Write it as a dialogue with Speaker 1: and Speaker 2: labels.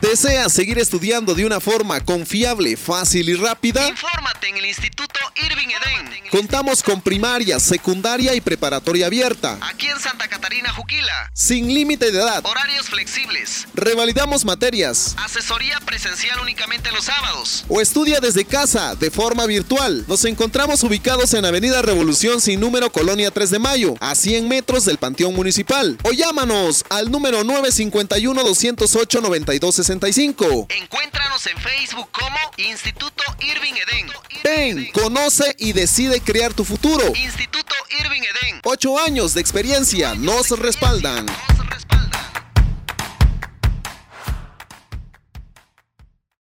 Speaker 1: ¿Deseas seguir estudiando de una forma confiable, fácil y rápida?
Speaker 2: Infórmate en el Instituto Irving Eden.
Speaker 1: Contamos con primaria, secundaria y preparatoria abierta,
Speaker 2: Aquí en Santa Catarina, Juquila.
Speaker 1: sin límite de edad.
Speaker 2: Horarios flexibles.
Speaker 1: Revalidamos materias.
Speaker 2: Asesoría presencial únicamente los sábados.
Speaker 1: O estudia desde casa, de forma virtual. Nos encontramos ubicados en Avenida Revolución sin número Colonia 3 de Mayo, a 100 metros del Panteón Municipal. O llámanos al número 951-208-9265.
Speaker 2: Encuéntranos en Facebook como Instituto Irving Eden.
Speaker 1: Ven, conoce y decide crear tu futuro.
Speaker 2: Instituto Irving Eden.
Speaker 1: Ocho años de experiencia nos respaldan.
Speaker 2: Nos